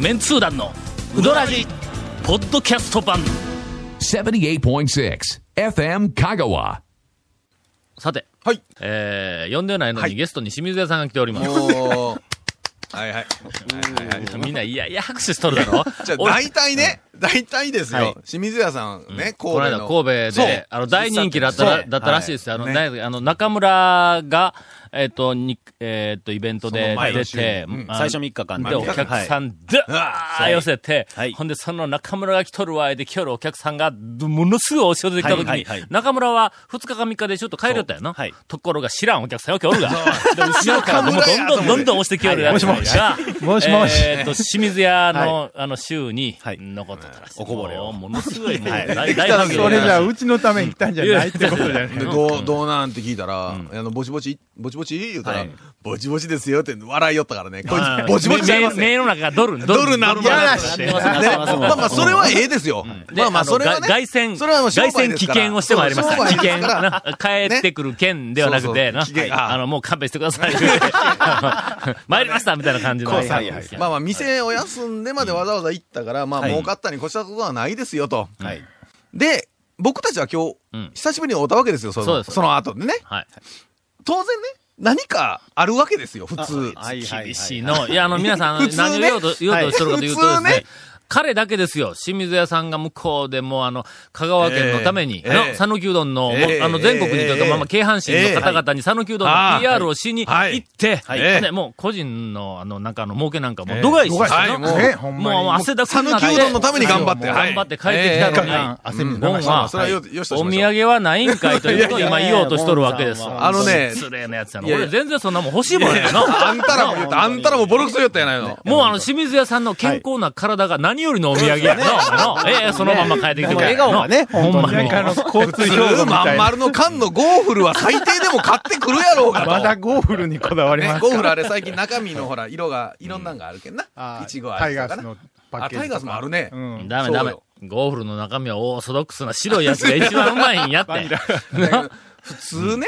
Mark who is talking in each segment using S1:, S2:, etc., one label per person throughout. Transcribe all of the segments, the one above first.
S1: メンツー団のうどらじポッドキャスト版
S2: 78.6 FM Kagawa.
S1: さて、
S3: はい。
S1: えー、呼んでないのにゲストに清水屋さんが来ております。
S3: おー。はいはい。
S1: みんないやいや拍手しとるだろ
S3: じゃあ、
S1: 俺
S3: 大体ね、大体ですよ。
S1: はい
S3: 清水屋さんね、神
S1: この
S3: 戸
S1: 間神
S3: の。
S1: 戸で、あの、大人気だったら、
S3: そう
S1: だったらしいですよ。あ
S3: は
S1: の、
S3: い
S1: 大あの、中村が、えっ、と、に、えっ、と、イベント
S4: そ
S1: で
S4: の前
S1: 出
S4: の
S1: て、あの
S4: 最初3日間
S1: で、お客さ
S4: ん。
S1: ん、で
S3: わ
S1: 寄せて、
S4: はい
S1: ほんで、その中村が来とるわ、で、今日お客さんが、どものすごい押し寄せてきた時に、
S4: はいはいはい
S1: 中村は2日か3日でちょっと帰りよったよな。
S4: そうはい
S1: ところが知らんお客さんよけおるが、で後ろからどんどん
S3: 中村や
S1: どんどんどんどん押してきよるやつが、
S4: はいも
S1: もしもし。えーっと、清水屋の、あの、週に、
S4: はい
S1: 残ってたらしい。
S4: おこぼれを
S1: もうものすごい、もう、
S4: はい
S1: 大大反響で
S5: それじゃあ、うちのために来たんじゃないってことじゃない
S3: で、どう、どうなんって聞いたら、あの、ぼちぼち、ぼちぼち言うたら、
S4: はい
S3: ぼちぼちですよって笑いよったからね。こい
S1: あー
S3: つ、ぼちぼちちゃいます
S1: 目
S3: ね。
S1: 目の中がドルン、
S3: ドルなる
S1: ドル
S3: やら
S5: しい
S1: なってます
S3: ね
S1: ね
S3: まあまあ、それはええですよ。
S1: で
S3: まあまあ、それは
S1: の
S3: ね。
S1: が凱旋、
S3: それはもう商
S1: 凱旋
S3: 売で
S1: 危
S3: すから
S1: 険をしてまいりました。
S3: そう
S1: 危
S3: 商売で
S1: 険
S3: すから
S1: な。帰ってくる剣ではなくて、
S3: ねそうそう危険
S1: な。
S3: あ
S1: あの、もう勘弁してくだ さい。参りましたみたいな感じの。
S4: うはいはい
S1: いや
S3: まあまあ、店を休んでまでわざわざ行ったから、まあ、
S4: はい
S3: 儲かったに越したことはないですよと。
S4: はい。
S3: で、僕たちは今
S1: うん
S3: 日、久しぶりに会ったわけですよ、そ
S1: そうで
S3: の
S1: す
S3: その後でね。
S1: はい。
S3: 当然ね、何かあるわけですよ、普通。
S4: はいはいはい
S1: 厳しいの。いや、あの、皆さん
S3: 普、通ね
S1: 何を言おうと、言おうとしてるかというとです
S3: 普通
S1: ね
S3: ね。
S1: 彼だけですよ。清水屋さんが向こうでもうあの、香川県のために、
S3: ええええ
S1: の讃岐うどんの、
S3: ええ
S1: あの、全国にというか、
S3: ええ
S1: まあまあ、京阪神の方々に讃岐うどんの
S3: ああ
S1: PR をしに
S3: はい
S1: 行って、
S3: はい
S1: ね
S3: ええ
S1: もう個人の、あの、なんかあの、儲けなんかもう度外視して
S3: はい
S1: の
S3: もう
S5: ねほんまに
S1: もう汗だくになって。
S3: 讃岐うどんのために頑張って
S1: もう
S3: はい
S1: 頑張って帰ってきたのに、
S3: ええ
S5: 汗水流
S1: ボン
S5: して
S1: は
S3: それはよよしとし
S1: お
S3: まし
S1: 土
S3: ょう
S1: 産はないんかいということを今言おうとしとるわけです。
S3: あのね
S1: 失礼なやつやな。
S3: いやいや
S1: 俺全然そんなもん欲しいもんやな。
S3: あんたらも言った、あんたらもボロクソ言ったやないの。
S1: もうあの、清水屋さんの健康な体が何よりのお土産やな、お前なええ、そのまま帰ってきてくれ。
S4: 笑顔がね、ほんま
S5: なん
S4: に。
S5: かあの、交通
S3: 普
S5: 標
S3: 通
S5: 語み
S3: ま
S5: た
S3: ん
S5: いな。
S3: 丸の缶のゴーフルは最低でも買ってくるやろうがと。
S5: まだゴーフルにこだわり
S3: ね、
S5: ます
S3: ゴーフルあれ最近中身のほら、色が、いろんなんがあるけんな。
S5: あ
S3: いちごあ
S5: タ
S3: る
S5: イ
S3: と
S5: ガ
S3: か
S5: ー
S3: な
S5: スの。パッケ
S3: あ
S5: ージとか。
S3: タイガースもあるね
S5: うん。
S1: ダメダメ
S3: そう。
S1: ゴーフルの中身はオーソドックスな白いやつが一番うまいんやって。
S3: 普通ね、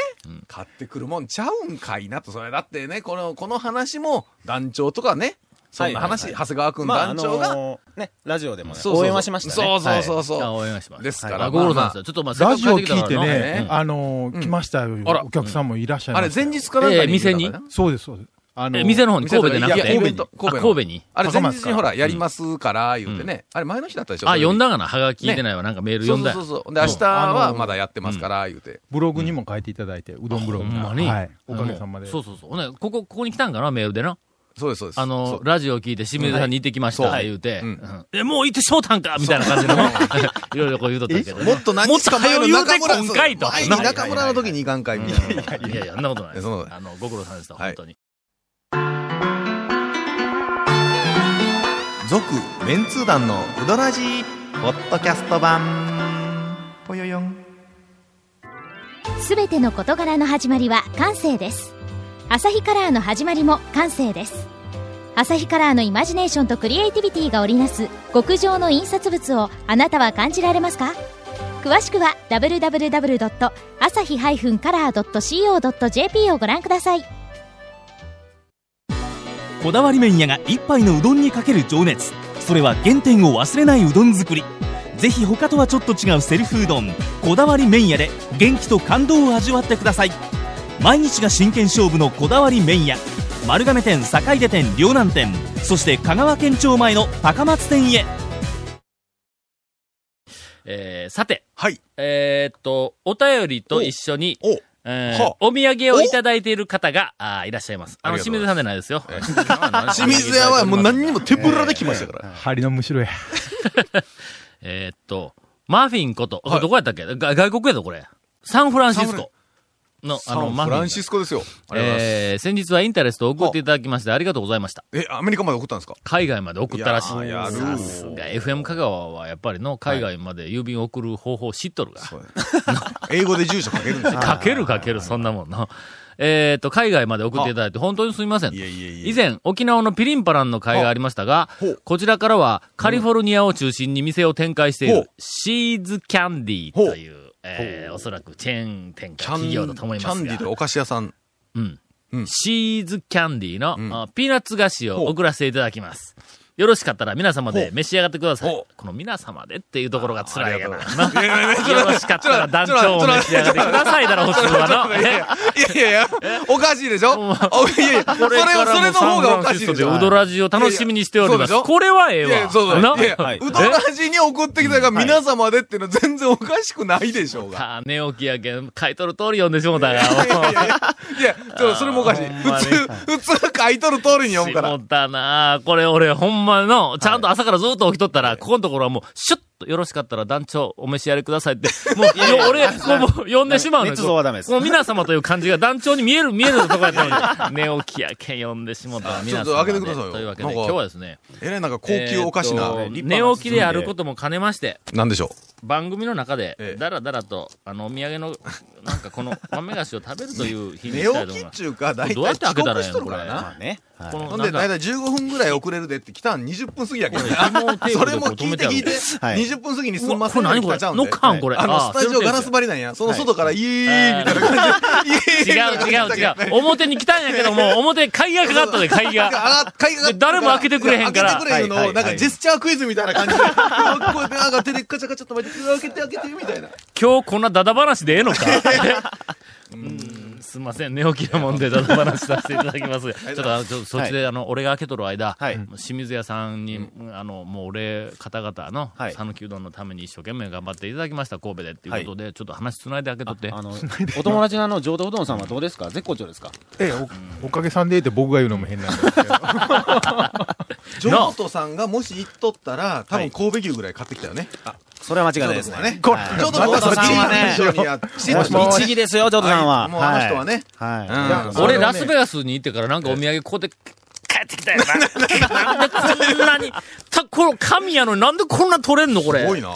S3: 買ってくるもんちゃうんかいなと。それだってね、この、この話も団長とかね、そんな話、
S4: はいはい
S3: 長谷川くん
S4: まあ、あ
S3: 団長が、
S4: のー、ね、ラジオでもね、
S3: そうそうそう
S4: 応援はしましたね。
S3: そう そう
S4: う。
S3: そうそう。
S1: あ応援します。
S3: ですから
S1: はいあゴーフルさんです
S3: まあま
S1: よ。ちょっとまあ、せっか
S5: ラ
S1: く
S5: ジ
S1: 帰っ
S5: オ
S1: てきた
S5: 聞
S1: か
S5: いて
S1: らな
S5: ね、
S1: うん
S5: あのー、来ましたよ
S3: あら。
S5: お客さんもいらっしゃい
S3: あ
S5: ま
S3: れ
S5: し、た
S3: 前日かなんか
S1: ええ店に
S3: 言ったかな
S5: そうです、そうです。あのー
S1: え、店の方に、神戸でなく
S3: いや
S1: て。
S3: イベント神戸
S1: あ
S3: の
S1: 神戸に。
S3: あれ
S5: 高
S3: 前
S5: 松
S3: 日にほら、やりますから、言うてね。あれ前の日だったでしょ
S1: あ、読ん
S3: だ
S1: だかなはがき聞いてないわ。なんかメール
S3: そ
S1: 読
S3: う
S1: だ
S3: んそうそう
S1: よ。
S3: そう。で、明日はまだやってますから、言うて。
S5: ブログにも書いていただいて、うどんブロ
S1: ほ
S5: グ。
S1: んまに。
S5: はい。おかげさまで。
S1: そうそうそう。ほんでここ、ここに来たんかなメールでな。
S3: そうです、そうです。
S1: あ
S3: そ
S1: の
S3: う、
S1: ラジオ聞いて清水さんに行ってきました、言うて、
S3: うん
S1: うんえ、もう行ってしょうたんかみたいな感じの、いろいろこう言うとったけどね。
S3: もっと何
S1: もっ
S3: 日
S1: と
S3: か前
S1: 早
S3: の
S1: う言うて
S3: 中
S1: こ
S3: 村
S1: んかいと。
S3: 前に
S1: な
S3: 中村の時に行かんかいみたいな。
S1: いやいや、そんなことないです
S3: いやそんなことな
S1: あの、ご苦労さんでした、
S3: は
S1: 本
S3: い
S1: 当に。
S3: 続、メンツー団のうどらじポッドキャスト版。ぽよよん。
S6: すべての事柄の始まりは感性ですアサヒカラーの始まりも感性ですアサヒカラーのイマジネーションとクリエイティビティが織りなす極上の印刷物をあなたは感じられますか詳しくは www.asahi-color.co.jp をご覧ください
S7: こだわり麺屋が一杯のうどんにかける情熱それは原点を忘れないうどん作りぜひ他とはちょっと違うセルフうどんこだわり麺屋で元気と感動を味わってください毎日が真剣勝負のこだわり麺屋丸亀店坂出店両南店そして香川県庁前の高松店へ
S1: えー、さて、
S3: はい。
S1: えーっと、お便りと一緒に、
S3: お
S1: えー
S3: はあ
S1: お土産をいただいている方が、あーいらっしゃいます。あの、
S3: ありがと
S1: 清
S3: うご
S1: 水
S3: ざ
S1: さ
S3: い
S1: んじゃないですよ。
S3: 清水屋はもう何にも手ぶらで来ましたから。
S5: 針のむしろや。
S1: えーっと、マーフィンこと、これどこやったっけが外国やぞ、これ。サンフランシスコの、あ
S3: あ
S1: の、
S3: の、
S1: マーフィ
S3: フ
S1: ン
S3: ラ
S1: が
S3: ン。シスコですよ。ありがとうございます。
S1: えー、先日はインタレストを送っていただきましてありがとうございました。
S3: え、アメリカまで送ったんですか
S1: 海外まで送ったらしい。
S3: いや
S1: さ
S3: ー
S1: す
S3: やる
S1: が FM 香川はやっぱりの、海外まで郵便を送る方法知っとるが。
S3: 英語で住所書けるん ですよ。
S1: かけるかける、そんなもんな。えっと、海外まで送っていただいて、本当にすみません。
S3: いえいえいえ
S1: 以前、沖縄のピリンパランの会がありましたが
S3: ほう、
S1: こちらからはカリフォルニアを中心に店を展開してい
S3: ほ
S1: る
S3: う、
S1: シーズキャンディーという、えーおそらくチェーン展開
S3: キャン
S1: 企業だと思いますが。
S3: キャンディーとお菓子屋さん。
S1: うん
S3: うん
S1: シーズキャンディーの、あピーナッツ菓子を送らせていただきます。よろしかったら皆様で召し上がってくださ
S3: ほ。
S1: いうこの皆様でっていうところが辛いやな。よ
S3: いやいやいや
S1: ろしかったら団長も召し上がってくださいだろ、普通はの。ね
S3: いやいやいや、おかしいでしょ
S1: ほんま
S3: おいやいや、それ
S1: これからも
S3: それの方がおかし
S1: サンフランシス
S3: いでし
S1: コ
S3: ょ
S1: でウドラジを楽しみにしております。
S3: いやいやそうでしょ
S1: これはええ
S3: いやいや
S1: わ。
S3: そうそう。
S1: ない
S3: やいや、
S7: はいう
S3: どらじに送ってきたが皆様でっていうのは全然おかしくないでしょうが。
S1: さあ、寝起きやけん、書いとる通り読んでしもたが。もう
S3: いや、ちょそれもおかしい。
S1: あーほんま
S3: 普
S1: ね
S3: 通、普通書いとる通りに読むから
S1: し。もたなこれ俺、ほんまの、ちゃんと朝からずっと起きとったら、ここのところはもう、シュッと、よろしかったら団長、お召し上がりください って、もう、よ俺、こうもう、呼んでしまうのよ
S4: 捏造はダメです
S1: こう皆様という感じが団長に見える、見えるとこやったのに、寝起きやけん呼んでしもたら
S3: あ
S1: 皆様で。
S3: ちょっと開けてくださいよ
S1: というわけ
S3: な
S1: で、
S3: んか
S1: 今日はですね、
S3: えらいなんか高級おかしな。
S1: えーと
S4: 立派な
S1: 寝起きであることも兼ねまして、
S3: なんでしょ
S1: 番組の中で
S3: え、え
S1: だらだらと、あの、お土産の、なんかこの、豆菓子を食べるという日
S3: う。
S1: に
S3: 寝
S1: したいと思
S3: 起
S1: い
S3: きっ
S1: ます。
S3: ちゅうか、だい
S1: どうや
S3: たい
S1: って開け
S3: 遅
S1: たら
S3: 刻
S1: ええ
S3: し
S1: の
S3: と
S1: こ
S3: る
S1: れ
S3: から
S1: な
S3: な。
S4: ね。
S1: この
S3: ほんで、
S1: な
S3: だい
S1: んか
S3: たい15分ぐらい遅れるでって来たん20分過ぎやけ どね。
S1: 紐テープで
S3: それも聞いて
S1: こう止めてある
S3: 聞いて、
S4: はい
S3: 20分過ぎにす
S1: うんわ
S3: ま
S1: こ
S3: せん
S1: れ何
S3: って来
S1: これ
S3: たちゃうん
S1: の
S3: で。
S1: かんこれ。
S3: あの、
S1: ー
S3: スタジオガラス張りなんや。その外から、イエーイみたいな感じで。イエー
S1: 違
S3: イみた
S1: う
S3: いな
S1: 違
S3: 感
S1: う
S3: じ
S1: 違う。表に来たんやけども、表、鍵がかかったで、鍵
S3: なんか
S1: が。
S3: 上がっ買いが上がって
S1: で誰も開けてくれへんから
S3: 開けてくれへんのを
S4: はいはい
S3: な
S4: は
S3: ん
S4: い
S3: かジェスチャークイズみたいな感じで、こうこうやってなんか手でカチャカチャと巻いて、開けて開けてみたいな。
S1: 今日こんなダダ話でええのかうんすんません、寝起きなもんでダダ話させていただきます。ちょっとあの、ちょそっちで、あの、俺が開けとる間、
S4: はい
S1: 清水屋さんに、あの、もう俺、方々の
S4: は、い
S1: 讃岐うどんのために一生懸命頑張っていただきました、神戸でっていうことで、ちょっと話つないで開けとって。
S4: あの、お友達のあの、上等うどんさんはどうですか絶好調ですか
S5: ええおおかげさんでって僕が言うのも変なん ですけど。
S3: ジョートさんがもし行っとったら、多分神戸牛ぐらい買ってきたよね。あ、
S4: それは間違い
S3: ジョ
S4: ない
S3: ー
S4: で
S3: ト
S4: す
S3: さんはね。
S4: ね。
S5: これ
S3: ジョート
S4: また
S3: さんはね、一
S4: それ
S3: 緒にやって
S5: もうもう
S4: 一義ですよ、上等さんは。
S3: はいもうあの人はね
S4: はい。
S3: ん
S4: はい
S3: それ
S1: 俺、
S3: はね
S1: ラスベガスに行ってからなんかお土産ここで帰ってきたよな。 なんでこんなに、た、この神やのになんでこんな取れんのこ
S3: すご
S1: れ。
S3: いな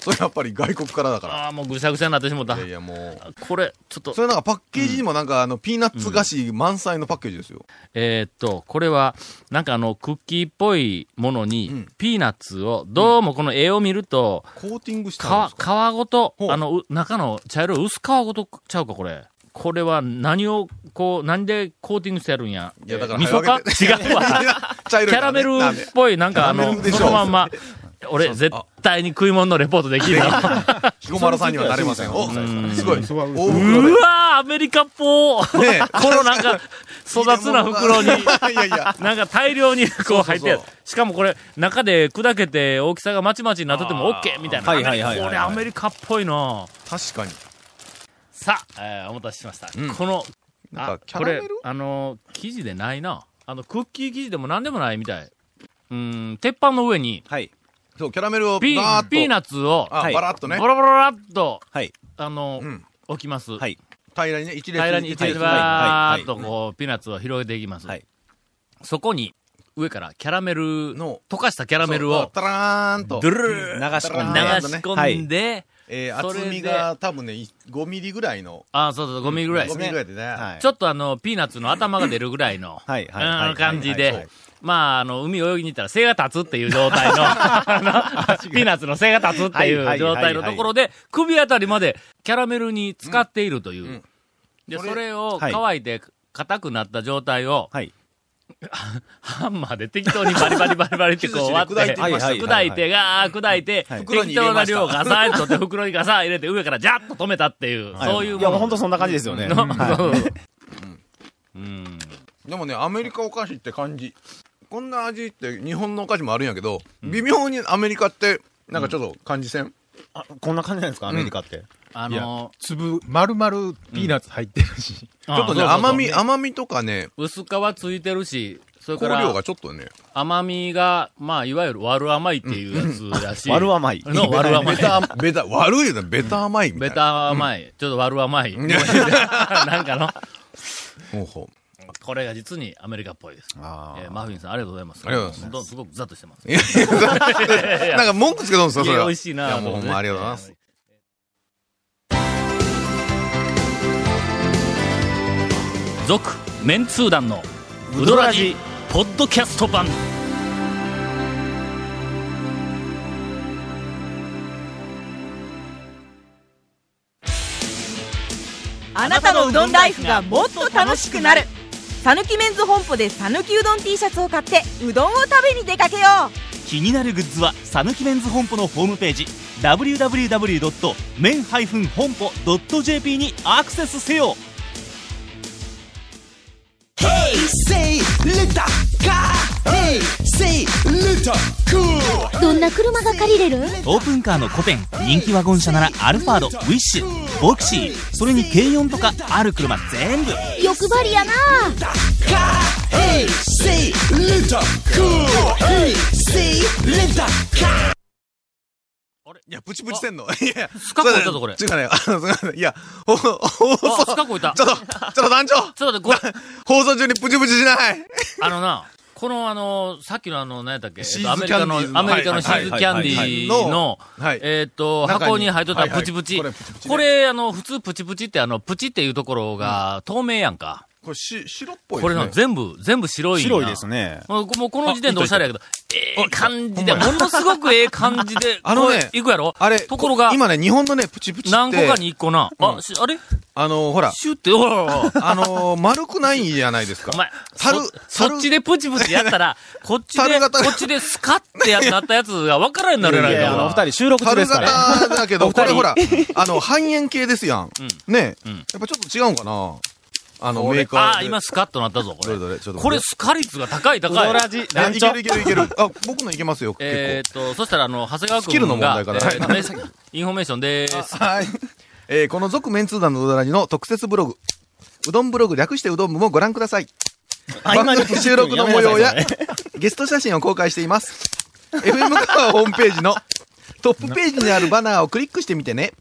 S3: それやっぱり外国からだか
S1: ああ、もうぐしゃぐしゃになってしもた
S3: ら。い。やいやもう。
S1: これ、ちょっと
S3: そ、れなんかパッケージにもなんかあの、ピーナッツ菓子満載のパッケージですよ。
S1: えーっと、これは、なんかあの、クッキーっぽいもの
S3: う
S1: に
S3: ん、
S1: ピーナッツを、どうもこの絵を見ると、
S3: コーティング
S1: 皮、
S3: したんです
S1: 皮
S3: か
S1: ごと、
S3: ほう
S1: あの、う中の茶色い薄皮ごとちゃうか、これ。これは何を、こう、何でコーティングしてやるんや。
S3: いやだから
S1: 味噌か
S3: 早く開けて
S1: 違う わ。
S3: 茶色い
S1: キャラ
S3: からね
S1: メルっ
S3: なんで
S1: ぽい、なんかあ
S3: キャラ
S1: の
S3: メ、ルでしょ
S1: そのまんま。俺、絶対に食い物のレポートできるな。
S3: 彦摩呂さんにはなれません。お、すごい。大
S5: そばうどん
S1: う
S3: 袋で
S1: わー、アメリカっぽー。
S3: ねえ
S1: このなんか、育つな袋に、
S3: いやいや。
S1: なんか大量にこう入って
S3: そうそうそ
S1: しかもこれ、中で砕けて大きさがまちまちになってても OK みたいな。
S4: はいはいはいはい
S1: これアメリカっぽいな
S3: 確かに。
S1: さあ、えーお待たせしました。
S3: うん
S1: この、
S3: なん
S1: あ
S3: か、キ
S1: こ
S3: ャラメ
S1: れ
S3: ル、
S1: あの、生地でないな。あの、クッキー生地でも何でもないみたい。うん、鉄板の上に、
S4: はい。
S3: そう、キャラメルを
S1: ピー
S3: バーッ、
S1: ピー
S3: と、
S1: ナッツを、
S3: あ、
S4: はい
S3: バラッとね
S1: ボ、ロボロボロっと、
S4: はい。
S1: あの、
S3: うん
S1: 置きます。
S4: はい。
S3: 平らにね、一列
S1: 平らに一列
S3: 列
S1: バ
S4: は
S1: ー
S4: い
S1: っとこう、ピーナッツを広げていきます。
S4: はい
S1: そこに、上からキャラメル
S3: の
S1: 溶かしたキャラメルを、
S3: タラーンと
S1: ドゥ、ル
S4: 流
S1: ルー
S4: し
S1: 流
S4: 込んで。
S1: し込んで、
S3: えー
S1: それで
S3: 厚みが多分ね、5ミリぐらいの、
S1: ああ、そうそう、5ミリぐらいで
S3: 5
S1: す
S3: ミ
S1: ね
S3: リぐ。らいでね。
S4: はい。
S1: ちょっとあの、ピーナッツの頭が出るぐらいの、
S4: はいはいはい
S1: うん感じ
S4: はいはい
S1: で
S4: はい、
S1: まあ、あの、海泳ぎに行ったら背が立つっていう状態の、あのピーナッツの背が立つっていう状態のところで、首あたりまでキャラメルに使っているという。
S3: うん
S1: で、
S3: これ
S1: それを
S4: はい
S1: 乾いて硬くなった状態を、
S4: はい。
S1: ハンマーで適当にバリバリバリバリってこう割って、
S3: 木槌で砕いて
S4: みました
S1: 砕いて、ガー砕いて、
S4: はい
S3: 袋
S1: 適
S3: に入
S1: 当な
S3: れました
S1: 量ガサーッと取って袋にガサーッ入れて上からジャッと止めたっていう、そういう
S4: いや、も
S1: も
S4: う本当
S1: の。
S4: そんな感じですよね。
S1: の
S4: はい
S1: うん
S3: でもね、アメリカお菓子って感じ。こんな味って日本のお菓子もあるんやけど、微妙にアメリカって、なんかちょっと感じせん
S4: あこんな感じなんですかアメリカって。
S1: あ
S5: いや
S1: の、
S5: 粒、丸々ピーナッツ入ってるし。
S1: ち
S3: ちょっとね、甘み、甘みとかね、
S1: 薄皮ついてるし、それか
S3: 香料
S1: ら
S3: がちょっとね、
S1: 甘みが、まあ、いわゆる悪甘いっていうやつだし。
S4: うん悪甘い
S1: の悪甘い
S3: ベ。タ、ベタ、悪いよね、ベタ甘いみた
S1: ベ
S3: いな。
S1: タ甘い。ちょっと悪甘 い。なんかの、
S3: ほうほう
S1: これが実にアメリカっぽいです。
S4: あ
S1: えーマフィンさん、ありがとうございます。
S3: ありがとうございます
S1: どんすごくざっとしてます。
S3: いやいやなんか文句つけとんですか、そ
S1: い
S3: れ
S1: や
S3: は。
S1: 美味しいな
S3: や、もうほんまありがとうございます。
S1: 続、メンツー団の、ウドラジ、ポッドキャスト版。
S8: あなたのうどんライフがもっと楽しくなる讃岐メンズ本舗で讃岐うどん T シャツを買ってうどんを食べに出かけよ
S7: 気になるグッズはさぬきメンズ本舗のホームページ www.men-honpo.jp にアクセスせよ
S6: どんな車が借りれる
S7: オープンカーの古典人気ワゴン車ならアルファードウィッシュボクシーそれに軽4とかある車全部
S6: 欲張りやな
S3: や、プチプチせんの。いや、ス
S1: カコいたぞこれ
S3: ちょっとね、あの、すいません。いや、ほ、 放送。
S1: あスカコいた
S3: ちょっと、ちょっと団長
S1: ちょっと待って、これ、
S3: 放送中にプチプチしない
S1: あのな、このあの、さっきのあの、何やったっけ、えっと
S3: シーズ
S1: アメリカの
S3: キャンディー、の
S1: アメリカのシーズキャンディーの
S3: はいはいはいはいはいはいはい、
S1: えっと、
S3: 中に
S1: 箱に入っとった
S3: はいはい
S1: プチプチ
S3: これプチプ。チ
S1: これ、あの、普通プチプチってあの、プチっていうところが透明やんか。
S3: これ、し、白っぽい
S1: これの全部、全部白いんや。
S4: 白いですね。
S1: もうもうこの時点でおしゃれやけど、ええ感じで、ものすごくええ感じで、
S3: あのね
S1: これいくやろ
S3: あれ、
S1: ところが、
S3: 今ね、日本のね、プチプチって。
S1: 何個かに一個な。あ、しあれ
S3: あの、ほら、
S1: シュって、おいおいおい
S3: あのー、丸くないじゃないですか。
S1: お前、
S3: 樽
S1: そ、そっちでプチプチやったら、こっちで、
S3: 樽
S1: こ
S3: 型
S1: っちでスカッてやなったやつが分からんようになれないい
S4: やあの、お
S1: か
S4: 二人収録中
S3: 樽
S4: ですから。
S3: 型だけ
S4: お
S3: ど、
S4: 二人
S3: これ ほら、あの、半円形ですやん。ね、
S1: ん
S3: やっぱちょっと違うんかなあの、メーカー
S1: ら。あ
S3: で。
S1: あ、今スカッとなったぞ、こ
S3: ど
S1: れ
S3: れ。どれちょっと待って
S1: これ、スカ率が高い高い。
S3: あいけるいけるいける。あ、僕のいけますよ、
S1: え
S3: 結
S1: ーっと、そしたら、あの、長谷川君が。
S3: スキルの問題から
S1: えーっと
S3: は
S1: メ
S3: い
S1: ッインフォメーションでーす。
S3: 構。 はい。えーこの続メンツー団のうどらじの特設ブログ、うどんブログ略してうどん部もご覧ください。番組収録の模様や、ゲスト写真を公開しています。FM 川ホームページのトップページにあるバナーをクリックしてみてね。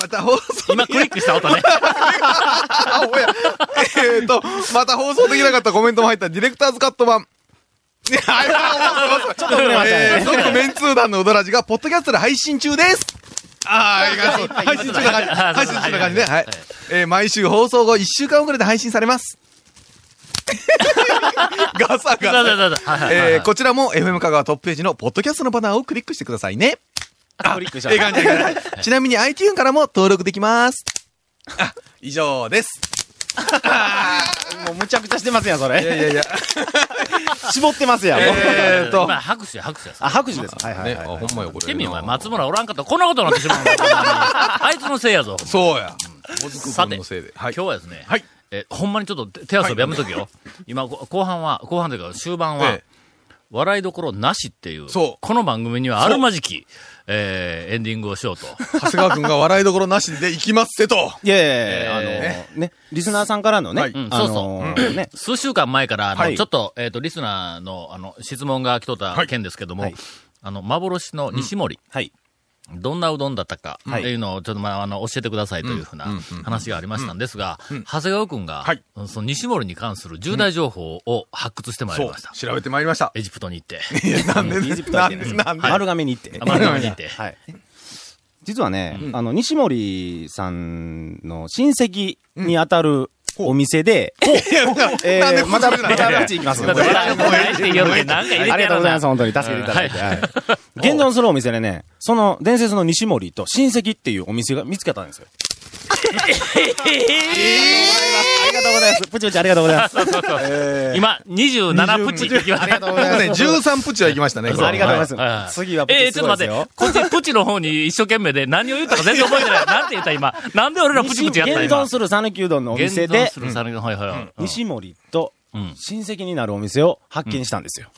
S3: また放送
S1: 今クリックした音ね。
S3: あ、おや。えーと、また放送できなかったコメントも入ったディレクターズカット 版。いや、あれちょっと遅れましたね。えー続メンツー団のうどらじが、ポッドキャストで配信中です。ああ、いがとう。配信中な感じ。
S1: あ
S3: 配
S1: そう
S3: 信
S1: そう
S3: 中な感じね。
S1: は
S3: はいい。えー毎週放送後1週間遅れで配信され ます。
S1: そうそうそうそうはいはい
S3: ガサガサ。
S1: はい
S3: えーこちらも FM 香川トップページのポッドキャストのバナーをクリックしてくださいね。
S4: クリックしちゃ
S3: え
S4: っ
S3: え感じええ感 じちなみに iTune からも登録できます。あ、以上です。
S4: た。もうむちゃくちゃしてますやん、そ
S3: い
S4: れ。
S3: やいやいや。
S4: 絞ってますやん。
S3: えーっ と
S1: 今、拍手や、拍手や。
S4: あ、拍手です。はいはい
S3: ね、
S4: は
S3: あ、ほ
S4: い。
S3: んまよ、
S1: 言
S3: これ。
S1: ってみよ、お前。松村おらんかったらこんなことになってしま うのあいつのせいやぞ。
S3: そうや。小
S1: さ
S3: 津
S1: て、
S3: 君のせいで。はい。
S1: 今日はですね、
S3: はい
S1: えほんまにちょっと手遊びやめとけよ。今、こ後半は、後半というか終盤は、
S3: ええ
S1: 笑いどころなしっていう、
S3: そう
S1: この番組にはあるまじき、えーエンディングをしよ うと。
S3: 長谷川君が笑いどころなしで行きますせと。
S4: いやいやいや、あの
S1: え、
S4: ね、リスナーさんからのね、
S3: はい
S1: うん
S4: あ
S1: そうそ
S4: のね、
S1: 数週間前から、あの、
S4: はい
S1: ちょっと、えっ、と、リスナーの、あの、質問が来とった件ですけども、
S4: はい
S1: あの、幻の西森、
S4: はい。
S1: どんなうどんだったか、
S4: はい
S1: っていうのを、ちょっと、まあ、あの、教えてくださいというふうな話がありましたんですが、長谷川くんが、
S3: はい
S1: その西森に関する重大情報を発掘してまいり
S3: そう
S1: ました。。
S3: 調べてまいりました。
S1: エジプトに行って。
S3: いや、なんで、
S4: エジプトは
S3: な
S4: 行
S3: ん
S4: って
S3: で、
S4: な
S3: なんで。
S4: 丸亀に行って。
S1: あ丸亀に行って
S4: はい。実はね、あの、西森さんの親戚にあたるお店で、 え
S3: なんで
S4: ーまた、
S3: こっちじゃな
S4: ま
S3: い
S4: た、口行きますよ。
S1: だ
S4: こ
S1: って
S4: れ
S1: 笑いもないって言うけど、なんか入れてやらな
S4: ありがとうございます、本当に。助けていただいて。はい現存するお店でね、その伝説の西森と親戚っていうお店が見つけたんですよ。ありがとうございます。プチプチありがとうございます。
S1: 今、27プチ行きました。
S3: 僕ね、13プチは行きましたね、これ
S4: ありがとうござい
S1: はいは
S4: ま
S1: い
S4: す。次はプ
S1: ええ
S4: チ
S1: ち
S4: す
S1: ょっ
S4: ごい
S1: と
S4: です
S1: 待っ
S4: よ。
S1: て、こっち、プチの方に一生懸命で何を言ったか全然覚えてない。なんて言った今。なんで俺らプチプチやった
S4: 現
S1: 今。
S4: 存する讃岐うどんのお店で
S1: 現存、する讃岐のはいはいはいうん
S4: 西森と
S1: うん
S4: 親戚になるお店を発見したんですよ。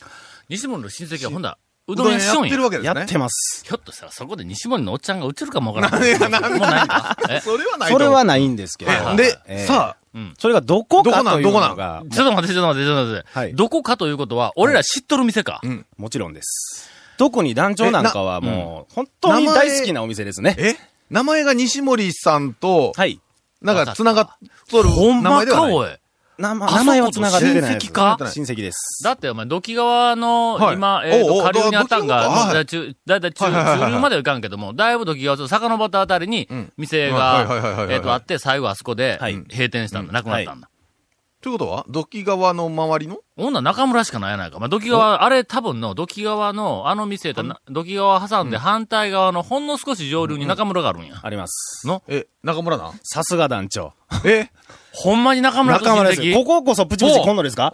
S1: 西森の親戚はほんだら、う
S3: う
S1: ど
S3: ど
S1: ん
S3: ん
S1: 屋
S3: 屋
S1: し
S3: や
S1: よ
S3: っ
S1: ん
S3: て
S1: や
S3: る。わけで
S4: や
S3: す
S4: っ
S3: ね。
S4: てます。
S1: ひょっとしたらそこで西森のおっちゃんが映るかもわからない。もうないんだ。えちょ
S3: それはないと
S4: そ
S3: 思
S4: れ
S3: う
S4: はないんですけど。
S1: はい
S3: で、
S4: えー
S3: さあ、
S4: それがどこ
S3: ど
S4: か
S3: こなん
S4: という
S3: ど
S4: の
S3: こ
S4: が、
S1: っと待って、ちょっと待って、ちょっと待って。
S4: はい
S1: どこかということは、俺ら知っとる店か。
S3: ん
S4: もちろんです。特に団長なんかはもう、本当に大好きなお店ですね。
S3: え名前が西森さんと、
S4: はい。
S3: なんか繋がっとる
S1: ほん
S3: 名
S1: ま
S3: 前で
S1: か、
S3: はない。
S1: おい。
S4: 名
S1: あそこ
S4: 前名前は繋がってないです。
S1: 親戚か
S4: 親戚です。
S1: だってお前、土器川の、
S3: はい
S1: 今、えっ、
S3: おう
S1: と、
S3: おう
S1: 下流にあったん
S3: ど
S1: が、
S3: ど
S1: だいたい中、だいたい中、
S3: はいはいはいはい
S1: 中流まではいかんけども、だいぶ土器川と坂の端あたりに
S3: ん、
S1: 店
S3: はいはいはいはい
S1: が
S3: は、い
S1: えっと、あって、最後あそこで
S4: はい、
S1: 閉店したんだ、なくなったんだ。
S3: ということは、土器川の周りの
S1: 女中村しかないやないか。まあ、土器川、あれ多分の、土器川の、あの店とな、土器川挟んで反対側のほんの少し上流に中村があるんや。
S4: あります。
S1: の
S3: え、中村なん
S4: さすが団長。
S3: え
S1: ほんまに中村と
S4: 中
S1: 親
S4: 村です。こ
S1: 戚
S4: ここそプチプチ今度ですか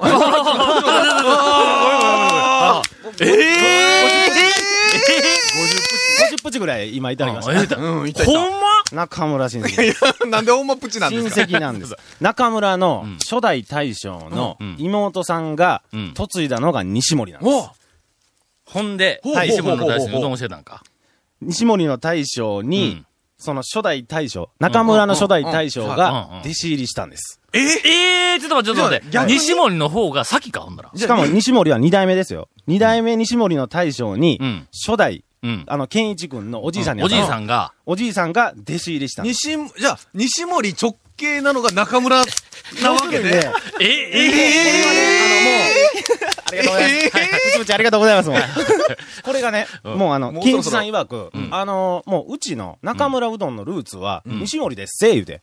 S4: 50プチぐらい今いただきまし
S1: あええ
S4: た。
S1: だ
S3: うん、いた い
S1: ほんま
S4: 中村親戚。
S3: た。なんでほんまプチなんで
S4: 親
S3: すか
S4: 戚なんです。中村の
S1: うん
S4: 初代大将の
S1: うん
S4: 妹さんが
S1: うん
S4: 嫁いだのが西森なんです。
S3: お
S1: ほんで、
S3: ほうほう
S1: 西村の大将に
S3: ほ
S1: うど
S3: うほうん
S1: をしてたんか。
S4: 西森の大将
S1: う
S4: に
S1: ん、
S4: その初代大将、中村の初代大将
S1: うんうんうん
S4: が弟子入りしたんです。
S1: ええー、ちょっと待って、ちょっと待っ
S3: じゃ
S1: て。
S3: あ逆に
S1: 西森の方が先か、ほんなら。
S4: しかも西森は二代目ですよ。二代目西森の大将に
S1: うん、
S4: 初代、
S1: うん。
S4: あの、健一君のおじいさんに
S1: おじいさ
S4: ん。
S1: んが、
S4: おじいさんが弟子入りしたんです。
S3: 西、じゃあ、西森直系なのが中村なわけ で。
S1: え、え、え、
S4: ありがとうございます。はいプチプチありがとうございますもう。これがね、もうあの、
S3: もうそ
S4: 金
S3: ろ
S4: 一
S3: そろ
S4: さん曰く、あの、もううちの中村うどんのルーツは、西森です、声優で。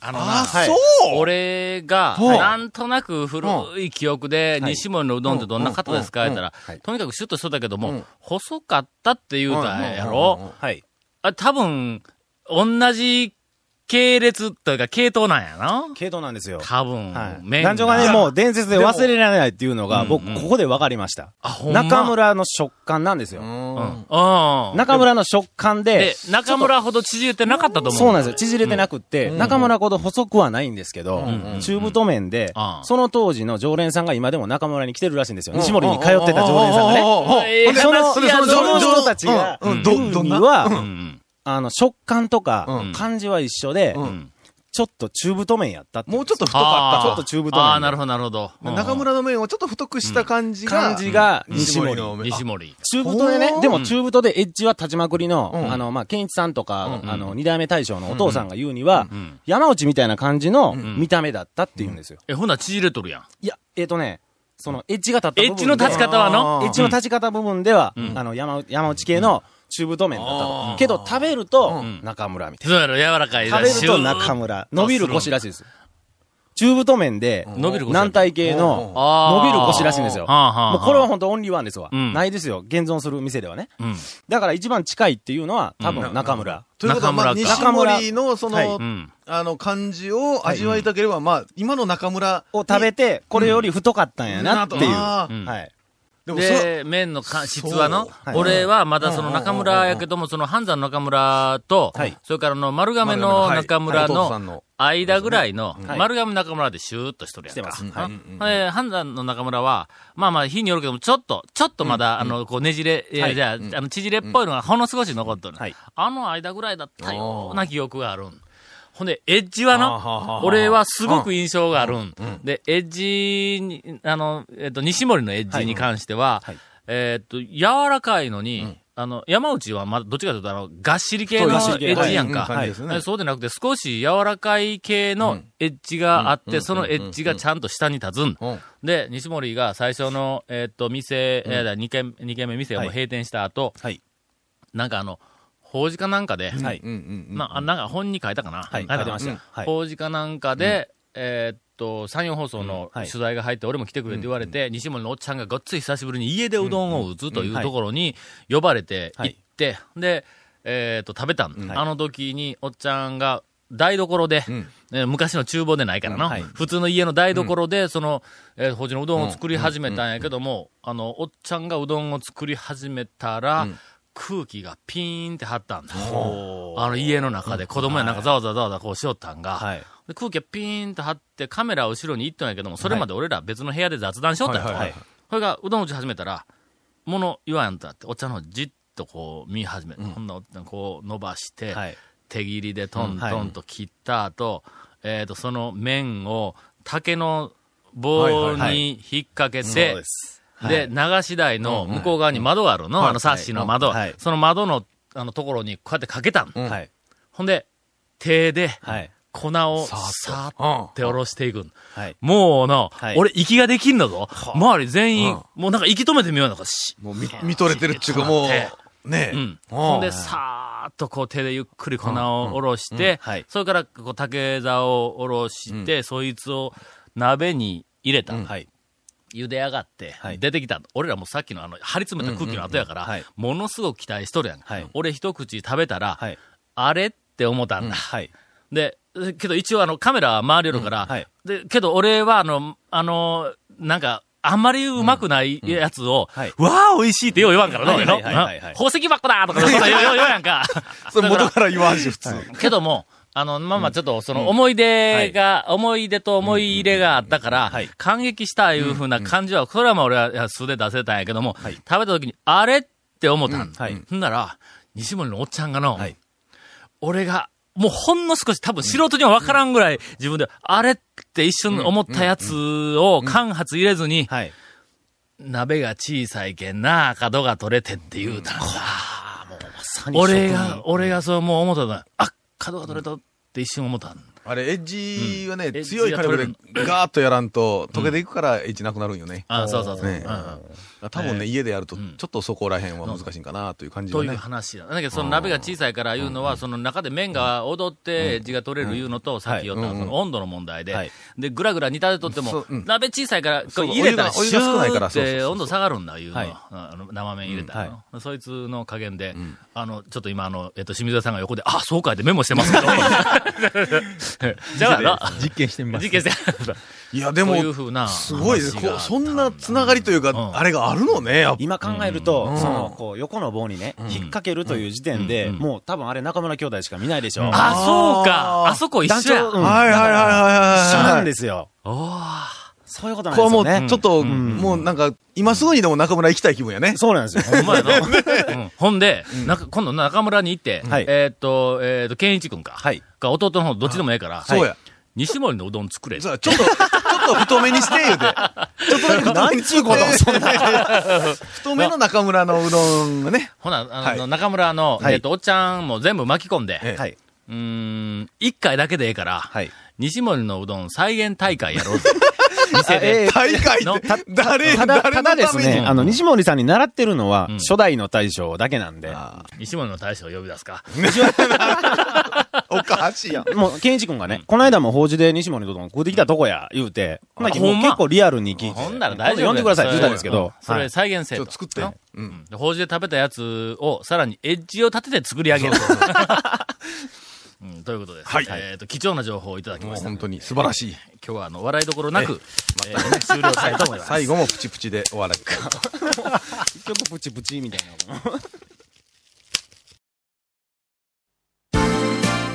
S1: あのな、
S4: はい
S1: 俺が、
S3: ほう
S1: なんとなく古い記憶で、
S4: はい
S1: 西森のうどんってどんな方ですか
S3: うん
S1: 言ったら
S4: うんはい、
S1: とにかくシュッとしとったけども、
S3: うん
S1: 細かったって言うたんやろ
S4: はい。
S1: あ、多分、同じ系列というか系統なんやな。
S4: けどなんですよ。
S1: 多分、
S4: はい。
S1: 麺
S4: 団長がね、もう伝説で忘れられないっていうのが、
S1: でも
S4: 僕、ここで分かりました。
S1: あ、ほんま。
S4: 中。村の食感なんですよ。
S1: うん。うん。
S4: 中村の食感で
S1: で、、中村ほど縮れてなかったと思う。
S4: そうなんですよ。縮れてなくって、
S3: うん
S4: 中村ほど細くはないんですけど、
S1: ん
S4: 中太麺で、
S1: ああ
S4: その当時の常連さんが今でも中村に来てるらしいんですよ。西森に通ってた常連さんがね。
S1: ええ
S4: その、
S1: 話
S4: そ
S1: や
S4: の
S1: ぞ
S4: その人たちが、
S3: うんうんど
S4: ど
S3: どんな
S1: う
S4: は、
S1: ん。
S4: あの、食感と
S3: う
S4: か
S1: ん、
S4: 感じは一緒で
S3: う、
S1: うんん。
S4: ちょっと中太麺やったっていう
S3: もうちょっと太
S1: あ
S3: か
S1: あ
S3: っ
S4: ちょっと中太麺
S1: ああ、なるほど、なるほど。う
S3: た。
S1: ん
S3: 中村の面をちょっと太くした感じが。
S4: 感じが
S3: うん
S4: 西森。
S3: の面。
S1: 西森。
S4: 中太で
S3: ほ
S4: ね、
S3: う
S4: でも中太でエッジは立ちまくりの、
S3: うん
S4: あの、まあ、健一さんとか、
S1: うん
S4: あの、二代目大将のお父さんが言うには、
S1: うん。
S4: 山内みたいな感じの
S1: ん
S4: 見た目だったって言うんですよ。
S1: え、ほな、縮れとるやん。
S4: いや、えっ、とね、そのエッジが立った
S1: エ
S4: 部
S1: ッ
S4: 分で
S1: ジの立ち方は
S3: あ
S1: の
S3: ー
S4: エッジの立ち方部分では、
S1: ん
S4: あの、山、山内系の中太麺だった
S3: う
S4: と
S3: ん。
S4: けど食べると
S1: ん、
S4: 中村みたい
S1: そうやろ、柔らかい
S4: な。
S1: だ
S4: 食べると中。
S1: シュー
S4: 村。伸びる腰らしいです。中太麺で、
S1: 伸びる腰
S4: 軟体系の、
S1: あ
S4: 伸
S1: ー
S4: びる腰らしいんですよ。
S1: はあはあはあ
S4: もうこれは本当オンリーワンですわ。
S1: うん
S4: ないですよ。現存する店ではね。
S1: うん。
S4: だから一番近いっていうのは、多分中村。
S3: ということは、まあ、西
S1: 中
S4: 村か
S3: 森のそ
S4: はい
S3: の
S1: う、ん。
S3: あの、感じを味わいたければ、まあ、今の中村
S4: を食べて、これより太かったんやなっていう。は
S3: あー
S1: うん
S4: い。
S3: でも、そう
S1: で、麺のか質はの
S3: そう、
S4: はい
S1: 俺はまだその中村やけども、その半山の中村と、
S4: はい
S1: それからあの丸亀の中村
S3: はいお父さん
S1: の
S3: の
S1: 間ぐらいの、
S4: はい
S1: 丸亀中村でシューッとしとるやんか。
S4: してま
S1: うんで半山の中村は、まあまあ、日によるけども、ちょっと、ちょっとまだ、あの、こう、ねじれ、いや
S4: はい
S1: じゃあ、あの、縮れっぽいのがほんの少し残っとる。
S4: はい
S1: あの間ぐらいだったような記憶があるん。ほんで、エッジはな、俺はすごく印象があるん。で、エッジに、あの、えっと、西森のエッジに関しては、
S4: はい
S1: えっと、柔らかいのに、あの、山内はまだ、どっちかというと、あの、がっしり系のエ
S4: そうがっしり系
S1: ッジやん
S3: は
S1: か
S3: いうん。感じですね
S1: えそうでなくて、少し柔らかい系のエッジがあって、そのエッジがちゃんと下に立つん。
S3: うん
S1: で、西森が最初の、えっと、店、えー、2軒、二軒目店をもう閉店した後、
S4: はい。
S1: なんかあの、法事かなんかで、
S4: はい。
S3: うんうんうん。
S1: まあ、あなんか本に書いたかな。
S4: はい。
S1: 書い
S4: 食
S1: た
S4: べ
S1: か
S4: て
S1: な
S4: ましたよ。はい。
S1: 法事かなんかで、えーっと、山陽放送の
S4: うん
S1: 取
S4: はい
S1: 材が入って、俺も来てくれって言われて、西森のおっちゃんがごっつい久しぶりに家でうどんを打つとい
S4: ん
S1: う
S4: はい
S1: ところに呼ばれて
S4: はい
S1: 行って、で、えーっと、食べたん、
S4: はい
S1: あの時におっちゃんが台所で、えー昔の厨房でないからな、
S4: うんはい
S1: 普通の家の台所で、その、えー、法事のうどんを作り始めたんやけども、あの、おっちゃんがうどんを作り始めたら、空気がピーンって張ったんだ。あの家の中で子供やなんかざわざわざわざわこうしよったんが、
S4: はい。
S1: で空気がピーンと張って、カメラを後ろに行ったんやけども、それまで俺ら別の部屋で雑談しよったんや、
S4: はい。
S1: それがうどん打ち始めたら、物言わんやんとなって、お茶の方じっとこう見始める。ほんならおっちゃんこう伸ばして、
S4: はい。
S1: 手切りでトン
S4: はい
S1: トンと切った後、えっ、と、その麺を竹の棒
S4: はいはい
S1: に引っ掛け
S4: そう
S1: て
S4: で、す。
S1: で、流し台の向こう側に窓があるの、あのサッシの窓、
S4: はい
S1: その窓のあのところにこうやってかけたの。
S4: はい。
S1: ほんで、手で
S4: はい。
S1: 粉をさーって下ろしていくの。
S4: はい。
S1: もうな、
S4: はい
S1: 俺、息ができんだぞ。周り全員、もうなんか息止めてみようなんかし。
S3: もう見、見とれてるっちゅうか、も
S1: え
S3: う、ねえ。
S1: うん。
S3: あー
S1: ほんで、さーっとこう手でゆっくり粉をおろして、
S4: はい
S1: それからこう竹座をおろして、そいつを鍋に入れた。
S4: はい。
S1: 茹で上がって
S4: はい、
S1: 出てきた。俺らもうさっきのあの、張り詰めた空気の後やから、
S4: うんうんうんはい
S1: ものすごく期待しとるやん。
S4: はい
S1: 俺一口食べたら、
S4: はい。
S1: あれって思ったんだ。
S4: はい。
S1: で、えけど一応あの、カメラは回れるから、
S4: うんはい
S1: で、けど俺はあの、あの、なんか、あんまりうまくないやつを、
S4: はい
S1: わあ、美味しいってよう言わんからな、
S4: はい
S1: 俺の。
S4: はいはいはいはい
S1: な宝石箱だと か、そんなようよう言わんか。
S4: それ元から言わんし、普通。
S1: けども、あの、まあまあ、ちょっと、その、思い出が、思い出と思い入れがあったから、
S4: はい
S1: 感激したいうふうな感じは、それはまあ俺は素で出せたんやけども、
S4: はい
S1: 食べた時に、あれって思ったん、
S4: はい
S1: ほんなら、西森のおっちゃんがの、
S4: はい
S1: 俺が、もうほんの少し、多分素人には分からんぐらい、自分で、あれって一瞬思ったやつを間髪入れずに、
S4: はい。
S1: 鍋が小さいけんな、角が取れてって言うたんだ。
S4: まさ
S1: 俺が、俺がそうもう思ったの。あ、角が取れたって一瞬思ったん
S3: あれ、エッジはね、
S1: ん
S3: 強い火力でガーッとやらんと、溶けていくからエッジなくなるんよね。
S1: あそうそうそう。
S3: ね
S1: うんうん
S3: 多分ね、家でやると、ち
S1: ん
S3: ょっとそこら辺は難しいんかなという感じ
S1: と
S3: が
S1: いう
S3: ね。
S1: 話だ。だけど、その鍋が小さいからいうのは、その中で麺が踊って、字が取れるいうのと、さっき言った、
S3: うん
S1: その温度の問題
S4: は
S1: で
S4: い、
S1: で、ぐらぐら煮立てとって
S3: そ
S1: も
S3: ううん、
S1: 鍋小さいから、こ
S3: そう
S1: れ入れたら、
S3: お湯
S1: シ
S3: が
S1: ュ
S3: お湯が少ないか
S1: ー
S3: ら
S1: っ
S3: そうそうそう
S1: て
S3: そう
S1: 温度下がるんだ、いうの
S4: はい
S1: は。あの生麺入れたら
S4: うん
S1: の。そいつの加減で、あの、ちょっと今、あの、えっと、清水屋さんが横で、あ、そうかいってメモして ますけど。じゃあな、
S5: 実験してみます。
S1: 実験して。
S3: いや、で
S1: と
S3: も
S1: い、うふうな。
S3: すごいです。
S1: 話が
S3: こうそんなつながりというか、
S1: ん
S3: あれがあるのね、やっぱ
S4: 今考えると、その、こう、横の棒にね、引っ掛けるという時点で、もう多分あれ中村兄弟しか見ないでしょ。
S1: あ、そうか。あそこ一緒や。
S4: うん
S3: はいはいはい
S4: 一緒
S3: はい
S4: な
S3: はい
S4: ん。ですよ。そういうことなん
S3: こ
S4: で
S3: れは
S4: す
S3: も
S4: よ
S3: う、
S4: ね。
S3: ちょっと、もうなんか、今すぐにでも中村行きたい気分やね。
S4: そうなんですよ。
S1: ほんまや な。うんほんで、なんか今度中村に行って、
S4: はい
S1: えーっと、えーっと、健一君か。
S4: はい
S1: か弟の方、どっちでもええから。
S3: そうや。
S1: 西森のうどん作れ。
S3: そうやちょっと、ちょっと太めにして、言うて。ちょっとだけ太めにして。太めの中村のうどんがね。
S1: ほな、あの、
S3: は
S1: 中村の、
S4: はい
S1: えーっと、おっちゃんも全部巻き込んで、
S3: ええ
S4: はい。
S1: うーん、一回だけでええから、
S4: はい。
S1: 西森のうどん再現大会やろう ぜ。店
S4: え
S1: で。
S4: え
S3: 大会
S1: の
S3: って、誰、
S4: ただ、た
S3: 誰
S4: だ
S3: の
S4: で
S3: た
S4: す
S3: めに。
S4: ね、あの、西森さんに習ってるのは
S1: うん、
S4: 初代の大将だけなんで、
S1: 西森の大将を呼び出すか。
S3: おかしいやん。
S4: もう、健一君がね、この間も法事で西森のうどん食うてきたとこや、言うて、
S1: あ
S4: まあ、
S1: ほんま
S4: 結構リアルに聞いて、
S1: ほんなら大丈夫や。
S4: 呼んでくださいって言ったんですけ
S1: うん
S4: ど、
S1: そ
S4: は
S1: れ
S4: い
S1: 再現せ
S3: ちょ
S1: よ
S3: っ
S1: と
S3: と作って
S1: な。
S3: う。
S1: うんんで法事で食べたやつを、さらにエッジを立てて作り上げる。 うんということです。
S3: はい
S1: えっと、貴重な情報をいただき
S3: も
S1: ま
S3: う
S1: した。今
S3: 本当に素晴らしい。
S1: 日は、あの、笑いどころなく、えー終了したいと思います。
S3: 最後もプチプチで終わられた。
S4: 結局プチプチみたいな。